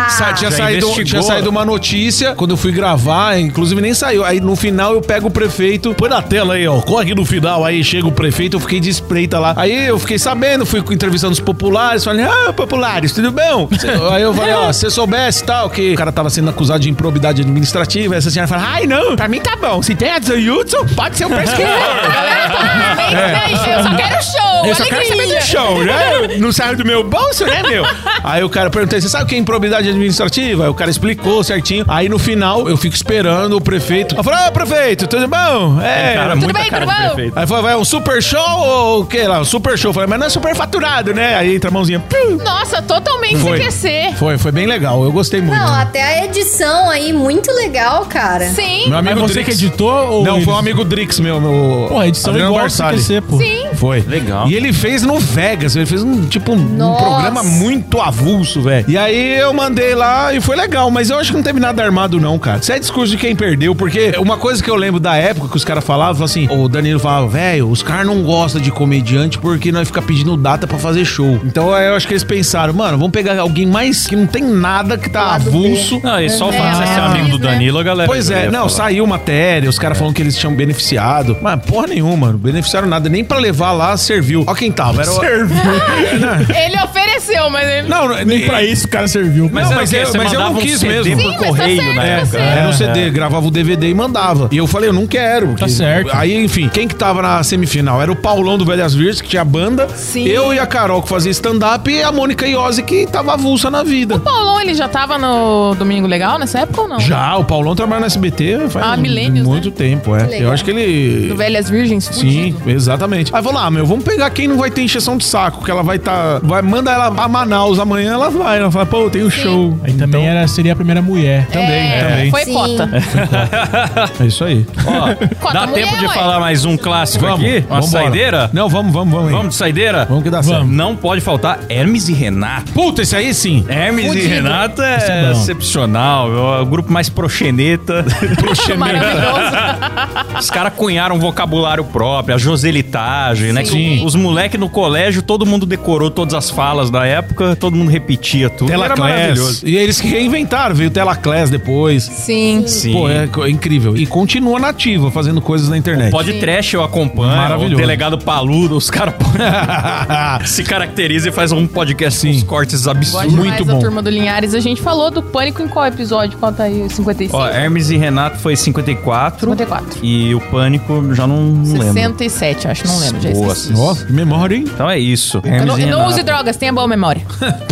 Sa- tinha, Já saído, investigou. tinha saído uma notícia quando eu fui gravar, inclusive nem saiu. Aí no final eu pego o prefeito, põe na tela aí, ó, corre no final, aí chega o prefeito, eu fiquei de espreita lá. Aí eu fiquei sabendo, fui entrevistando os populares, falei, ah, populares, tudo bom? Cê- aí eu falei, ó, se você soubesse e tal, que o cara tava sendo acusado de improbidade administrativa, essa senhora fala, ai não, pra mim tá bom, se tem Edson Hudson, pode ser o prescritor. Galera, tá, vem, vem, eu só quero show, É. Eu só quero saber alegria. do show, né? Não sai do meu bolso, né, meu? Aí o cara perguntei, você sabe o que é improbidade administrativa? Aí o cara explicou certinho. Aí no final, eu fico esperando o prefeito. Eu falo, ô, prefeito, tudo bom? É... Cara, Tudo muita bem, cara tudo de bom? prefeito. Aí falou, vai, um super show ou o que lá? Um super show. Eu Falei, mas não é super faturado, né? Aí entra a mãozinha. piu. Nossa, totalmente Foi. CQC. Foi, foi bem legal. Eu gostei muito. Não, até a edição aí, muito legal, cara. Sim, Meu Mas amigo É você que Drix. editou ou Não, eles? foi um amigo Drix, meu. meu Pô, a edição é Adriano igual ao Barçali. CQC, pô. sim. Foi. Legal. E ele fez no Vegas, ele fez um tipo um Nossa, programa muito avulso, velho. E aí eu mandei lá e foi legal, mas eu acho que não teve nada armado, não, cara. Isso é discurso de quem perdeu, porque uma coisa que eu lembro da época que os caras falavam assim: o Danilo falava, velho, os caras não gostam de comediante porque nós fica pedindo data pra fazer show. Então aí eu acho que eles pensaram, mano, vamos pegar alguém mais que não tem nada, que tá Lado B. avulso. Não, e só o É, fato de você ser mas, amigo do né? Danilo, a galera. Pois já é, ia não, falar. saiu matéria, os caras falando que eles tinham beneficiado. Mas porra nenhuma, não beneficiaram nada, nem pra levar lá serviu. Ó quem tava, era o... Ele ofereceu, mas ele... Não, Nem pra isso o cara serviu. Mas, Não, era mas o quê? eu- Você mas eu mandava não um quis CD mesmo. por Sim, mas tá correio certo, na tá época. certo. né? Era um CD, gravava o DVD e mandava. E eu falei, eu não quero. porque- É. Tá certo. Aí, enfim, quem que tava na semifinal? Era o Paulão do Velhas Virgens, que tinha banda. Sim. Eu e a Carol, que fazia stand-up. E a Mônica Iose, que tava avulsa na vida. Paulão, ele já tava no Domingo Legal nessa época ou não? Já, o Paulão trabalha na SBT faz Ah, um- milênios, muito tempo, é. Legal. Eu acho que ele... Do Velhas Virgens? Sim, fudido. exatamente. Aí falou: ah, meu, vamos pegar quem não vai ter encheção de saco, que ela vai tá. Vai, manda ela a Manaus amanhã, ela vai. Ela fala, pô, tem o show. Aí também era, seria a primeira mulher. Também, É, também. Foi Sim. cota. É isso aí. Ó, Quanta dá mulher, tempo de ué. falar mais um clássico aqui? Uma vambora. saideira? Não, vamos, vamos, vamos. aí. Vamos de saideira? Vamos que dá certo. Não pode faltar Hermes e Renato. Puta, esse aí sim. Hermes e Renato é, é bom. excepcional. É o grupo mais proxeneta. Maravilhoso. Os caras cunharam um vocabulário próprio, a joselitagem, né? Sim. Que os moleques no colégio, todo mundo decorou todas as falas da época, todo mundo repetia tudo. Era Telaclass. maravilhoso. E eles que reinventaram, veio Telaclass depois. Sim. Sim. Pô, é co- incrível. E continua nativa, fazendo coisas na internet. Pode trash eu acompanho. Maravilhoso. O delegado Paludo, os caras Ah, Ah, se caracterizam e fazem um podcast com uns cortes Gosto absurdos. demais Muito da bom. Turma do Linhares. A gente falou do Pânico em qual episódio? Qual tá aí? 55? Ó, Hermes e Renato foi 54. 54. E o Pânico, já não, não lembro. 67, acho. Não lembro. Já Boa, esqueci. Ó, que memória, hein? Então é isso. Eu Hermes não, e eu não Renato. use drogas, tenha boa memória.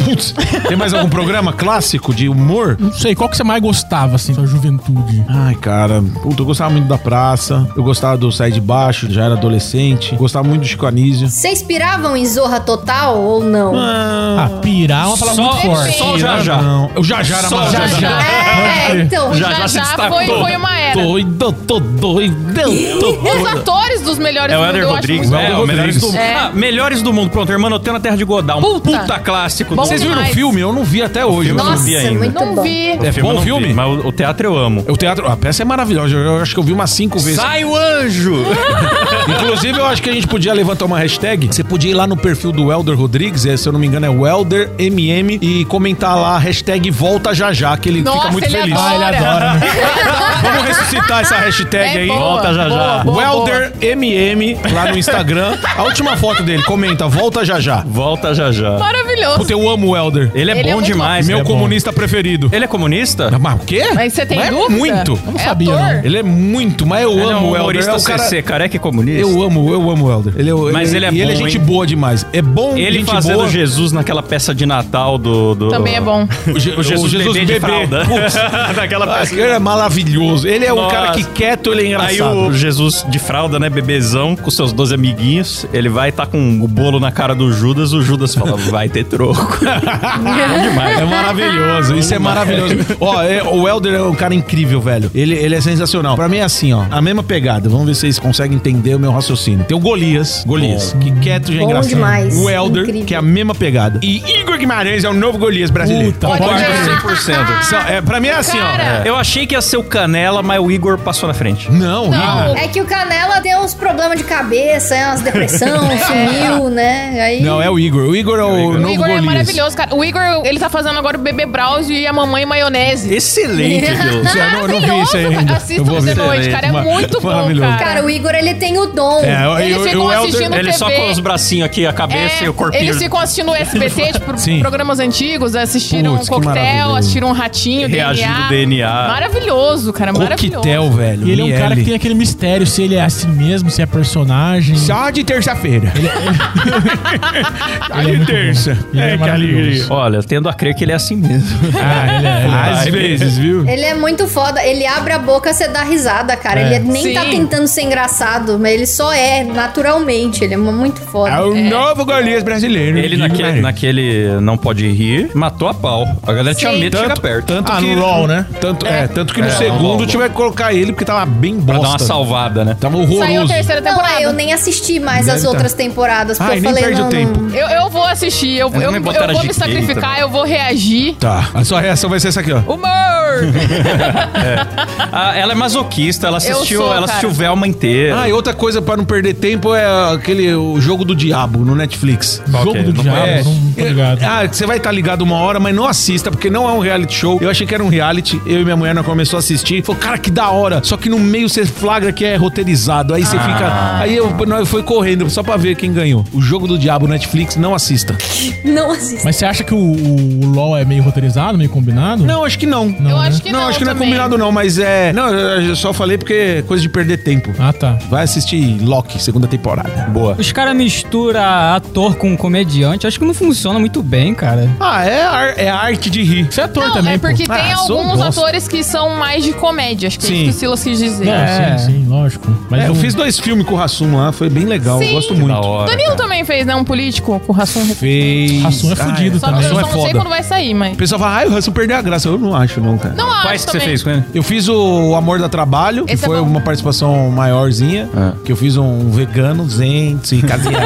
Putz. Tem mais algum programa clássico de humor? Não sei, qual que você mais gostava, assim, sua juventude? Ai, cara, puta, eu gostava muito da praça. Eu gostava do Sai de Baixo, já era adolescente. Gostava muito do Chico Anísio. Vocês piravam em Zorra Total ou não? Ah, pirar é uma palavra muito forte. Só o Já Já. Não, o Jajá era Só mais. Já Já. É, então. Já, já se foi, destacou. foi uma era. Doido, tô doido, tô Os atores dos melhores É o do mundo, Éder eu acho Rodrigues, muito né? É, bom. o melhores do mundo. É. Ah, melhores do mundo. Pronto, irmão, eu tenho na Terra de Godal. Um Puta. puta, clássico. Bom Vocês Vocês viram? viram o Mas- filme? Eu não vi até hoje. filme eu não Nossa, vi ainda. muito Não bom. vi. É eu bom não o filme? vi, mas o, o teatro eu amo. O teatro, a peça é maravilhosa. Eu, eu acho que eu vi umas cinco vezes. Sai o anjo! Inclusive, eu acho que a gente podia levantar uma hashtag. Você podia ir lá no perfil do Welder Rodrigues, é, se eu não me engano é Welder MM, e comentar lá a hashtag Volta Já Já, que ele Nossa, fica muito ele é feliz. adora. Ah, ele adora. né? Vamos ressuscitar essa hashtag É aí. boa, Volta já já. boa, boa, Welder MM lá no Instagram. A última foto dele, comenta, volta já já. Volta já já. boa. Maravilhoso. Puta, eu amo o Welder. Ele é Ele é bom muito demais. Meu ele é bom. comunista preferido. Ele é comunista? Mas o quê? Mas você tem Mas é dúvida? muito. Eu não sabia, não. Ele é muito, mas eu Ele é amo um o Welder. humorista É o cara- CC, careca e comunista. Eu amo, eu amo o Helder. Ele, é- Mas ele é e ele é bom, gente hein? boa demais. É bom, Ele gente fazendo boa. Jesus naquela peça de Natal do... do- Também é bom. O, Je- O Jesus, bebê, de fralda. Putz, Daquela ah, peça. ele é maravilhoso. Ele é um Nossa. cara que quieto, ele é Aí engraçado. o Jesus de fralda, né, bebezão, com seus 12 amiguinhos, ele vai tá com o bolo na cara do Judas, o Judas fala, vai ter troco. É maravilhoso, isso é maravilhoso. ó, é- o Helder é um cara incrível, velho. Ele, ele é sensacional. Pra mim é assim, ó. A mesma pegada. Vamos ver se vocês conseguem entender o meu raciocínio. Tem o Golias. Golias. Que quieto já é Bom engraçado. demais. O Helder, Incrível. que é a mesma pegada. E Igor Guimarães é o novo Golias brasileiro. Puta, Pode Concordo ganhar. 100%. Só- É, pra mim é assim, ó. Cara. É. Eu achei que ia ser o Canela, mas o Igor passou na frente. Não, Não. Igor. É que o Canela tem uns problemas de cabeça, é umas depressão, sumiu, né? Aí... Não, é o Igor. O Igor é o, Igor. novo O Igor é Golias. maravilhoso, cara. O Igor, ele tá fazendo agora o bebê Brauzio e a mamãe maionese. Excelente, viu? Ah, Isso, eu é, não- eu não vi isso aí Maravilhoso, ainda. Eu Assista vou você ver. noite, cara. É Mar- muito bom, maravilhoso. cara. Cara, o Igor, ele tem o dom. É, eu- Eles eu- ficam o Helder, assistindo Ele só TV. com os bracinhos aqui, a É, cabeça e o corpinho. Eles ficam assistindo o SBT, tipo, Sim. programas antigos, assistiram Putz, um que coquetel, maravilhoso. assistiram um ratinho, Reagindo DNA. Maravilhoso, cara, maravilhoso. Coquetel, velho. E ele é um cara que Miele. tem aquele mistério se ele é assim mesmo, se é personagem. Só de terça-feira. Ele é muito bom. Ele é maravilhoso. Olha, tendo a crer que ele é assim mesmo. Ah, ele é, ele é. Às vezes, viu? Ele é muito foda. Ele abre a boca, você dá risada, cara. É. Ele nem tá Sim. tentando ser engraçado, mas ele só é, naturalmente. Ele é muito É foda. o novo Golias brasileiro. Ele né? Igor naquele, Guimarães. naquele Não Pode Rir, matou a pau. A galera tinha Sim. medo de chegar perto. Tanto Ah, que, no LOL, né? Tanto, é, tanto que no É, no LOL, segundo LOL. tiver que colocar ele, porque tava bem bosta. pra dar uma salvada, né? Tava Saiu a horroroso. terceira Não, é, temporada. eu nem assisti mais Deve as tá. outras temporadas, porque Ai, eu nem falei, perde não, o não, tempo. não. eu, eu vou assistir. Eu, Mas eu, me eu botaram vou me de sacrificar, queita. eu vou reagir. Tá. A sua reação vai ser essa aqui, ó. Humor! Ah, ela é masoquista, ela assistiu, sou, ela cara. assistiu Velma inteira. Ah, e outra coisa pra não perder tempo é aquele o jogo do diabo no Netflix. Qual que Jogo é? do Não diabo, conheço. não tô ligado. Ah, você vai estar ligado uma hora, mas não assista, porque não é um reality show. Eu achei que era um reality, eu e minha mulher nós começou a assistir. Falou, cara, que da hora. Só que no meio você flagra que é roteirizado. Aí você fica. Aí eu, nós foi correndo só pra ver quem ganhou. O jogo do diabo Netflix, não assista. Não assista. Mas você acha que o, o LOL é meio roteirizado, meio combinado? Não, acho que não. eu né? acho que não, não. acho que não é também. combinado, não, mas é. Não, eu eu só falei porque é coisa de perder tempo. Ah, tá. Vai assistir Loki, segunda temporada. Boa. Os caras misturam ator com comediante. Acho que não funciona muito bem, cara. Ah, é, ar- é arte de rir. Você é ator Não, também, é porque pô. tem Ah, sou um alguns bosta. atores que são mais de comédia, acho que é Sim. isso que o Silas quis dizer. pô. É, É. sim, sim, lógico. Mas É, eu o- fiz dois filmes com o Rassum lá, foi bem legal, eu né? Sim. gosto Da muito. hora. Danilo também fez, né? Um político com o Rassum. Fez. Rassum é Ah, fudido Só também. que eu Rassum é só não sei foda. quando vai sair, mas. O pessoal fala, ai, o Rassum perdeu a graça. Eu não acho, não, cara. Não acho. Quais que você também. fez com ele? Eu fiz o Amor da Trabalho, que Esse é foi bom. uma participação maiorzinha, É. que eu fiz um vegano, zen, e caseiro.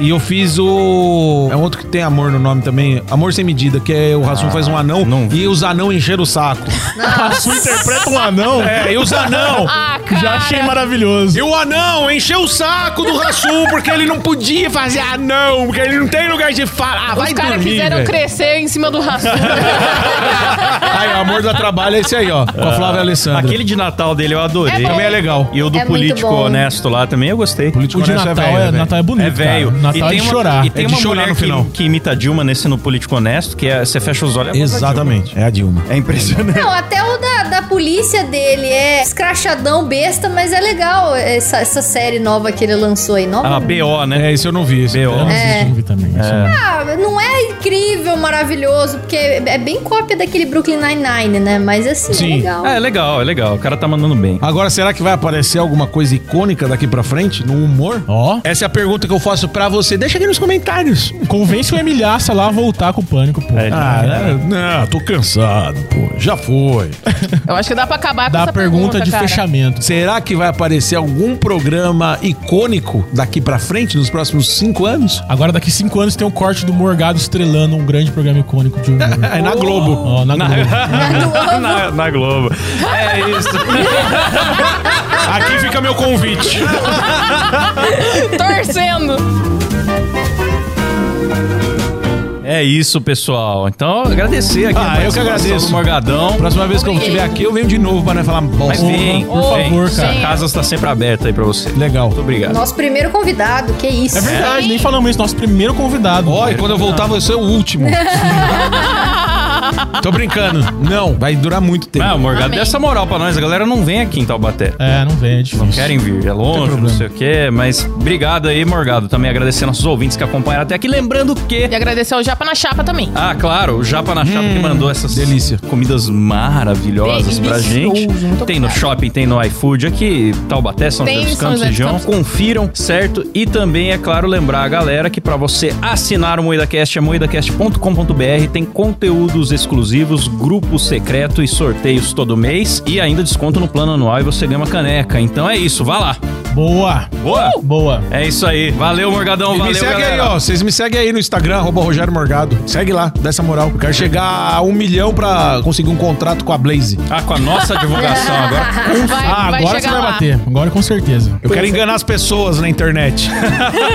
e eu fiz o... É um outro que tem amor no nome também, Amor Sem Medida, que é o Rassum faz um anão Ah, não vi. e os anão encheram o saco. Rassum interpreta um anão. é, e os anão... Ah, cara. Já achei maravilhoso. E o anão encheu o saco do Rassum porque ele não podia fazer anão, porque ele não tem lugar de falar. Ah, vai Os caras dormir, quiseram velho. crescer em cima do Rassum. Aí, o amor da trabalho é esse aí, ó. Com a Flávia Ah. Alessandra. Aquele de Natal dele eu adorei. É bom. também é legal. E o do É muito político bom. honesto lá também eu gostei. político O de honesto Natal é, velho, Natal é bonito. É velho. cara. Natal é de uma- chorar. E tem É de uma chorar mulher no que- final. Que, imita a Dilma nesse no Político Honesto, que é, você fecha os olhos. é a voz da Exatamente, é a Dilma. Dilma. É impressionante. Não, até o da, da polícia dele é escrachadão, besta, mas é legal essa, essa série nova que ele lançou aí. Nova? Ah, BO, né? É, esse eu não vi. Esse B.O.. Eu não É. assisti, não vi também. isso não. Ah, não é incrível, maravilhoso, porque é bem cópia daquele Brooklyn Nine-Nine, né? Mas assim, Sim. é legal. Ah, é legal, é legal. O cara tá mandando bem. Agora, será que vai aparecer alguma coisa icônica daqui pra frente? No humor? Ó, Essa é a pergunta que eu faço pra você. Deixa aqui nos comentários. convence o Emilhaça lá a voltar com o pânico, pô. É, Ah, é, não, tô cansado, pô. Já foi. eu acho que dá pra acabar com Dá essa a pergunta de cara. fechamento. Será que vai aparecer algum programa icônico daqui pra frente, nos próximos cinco anos? Agora, daqui cinco anos, tem um corte do Morgado estrelando um grande programa icônico de humor. É na Globo. Ó, na Globo. na, na Globo. É isso. Aqui fica meu convite. Torcendo. É isso, pessoal. Então, agradecer aqui. Ah, a eu que participação agradeço. do Morgadão. Próxima vez que eu estiver aqui, eu venho de novo pra não falar Mas bosta. vem, por favor, cara. A casa está sempre aberta aí pra você. Muito Legal. obrigado. Nosso primeiro convidado, que isso. É verdade, nem falamos isso. Nosso primeiro convidado. Ó, e quando eu voltar, você ser o último. Tô brincando. Não, vai durar muito tempo. Ah, o Morgado, Amém. dê essa moral pra nós. A galera não vem aqui em Taubaté. É, não vem, é difícil. Não querem vir, é longe, não, problema. sei o quê, mas obrigado aí, Morgado. Também agradecer nossos ouvintes que acompanharam até aqui. Lembrando que. E agradecer ao Japa na Chapa também. Ah, claro, o Japa na Chapa Hum, que mandou essas delícia. comidas maravilhosas pra gente. Delicioso, muito Tem no obrigada. shopping, tem no iFood aqui, Taubaté, São Tem José dos em São Campos, José dos região. Campos. Confiram, certo? E também, é claro, lembrar a galera que pra você assinar o MoedaCast é moedacast.com.br. Tem conteúdos exclusivos, grupo secreto e sorteios todo mês. E ainda desconto no plano anual e você ganha uma caneca. Então é isso, vá lá. Boa. Boa! Boa. É isso aí. Valeu, Morgadão. E Valeu, me segue galera. aí, ó. Vocês me seguem aí no Instagram, arroba Rogério Morgado. Segue lá, dá essa moral. Eu quero chegar a um milhão pra conseguir um contrato com a Blaze. Ah, com a nossa divulgação agora. Vai, Ah, vai agora você chegar vai lá. bater. Agora com certeza. Eu quero enganar as pessoas na internet.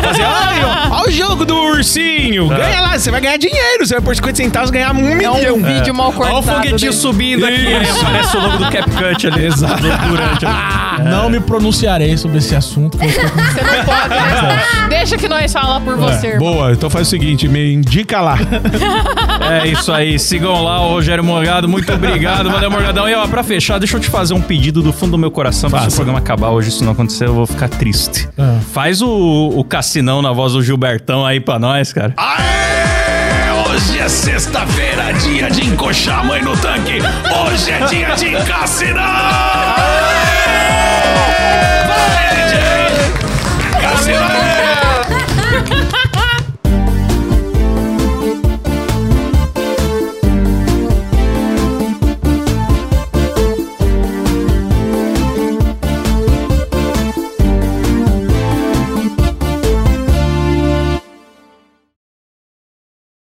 Fazer, ai, ó, ó o jogo do ursinho. Ganha lá, você vai ganhar dinheiro. Você vai por 50 centavos ganhar um milhão. É um vídeo mal cortado. né? Olha o foguetinho dele. subindo aqui. Isso. é, Parece o logo do CapCut ali. Exato. Durante ali. É. Não me pronunciarei sobre esse assunto. porque eu tô com- Não pode, né? Deixa que nós fala por é. você. Boa, então faz o seguinte, me indica lá. É isso aí. Sigam lá o Rogério Morgado. Muito obrigado. Valeu, Morgadão. E ó, pra fechar, deixa eu te fazer um pedido do fundo do meu coração. Pra se o programa acabar hoje, se não acontecer, eu vou ficar triste. Ah. Faz o, o cassinão na voz do Gilbertão aí pra nós, cara. Aê! Hoje é sexta-feira, dia de encoxar a mãe no tanque. Hoje é dia de encassinar!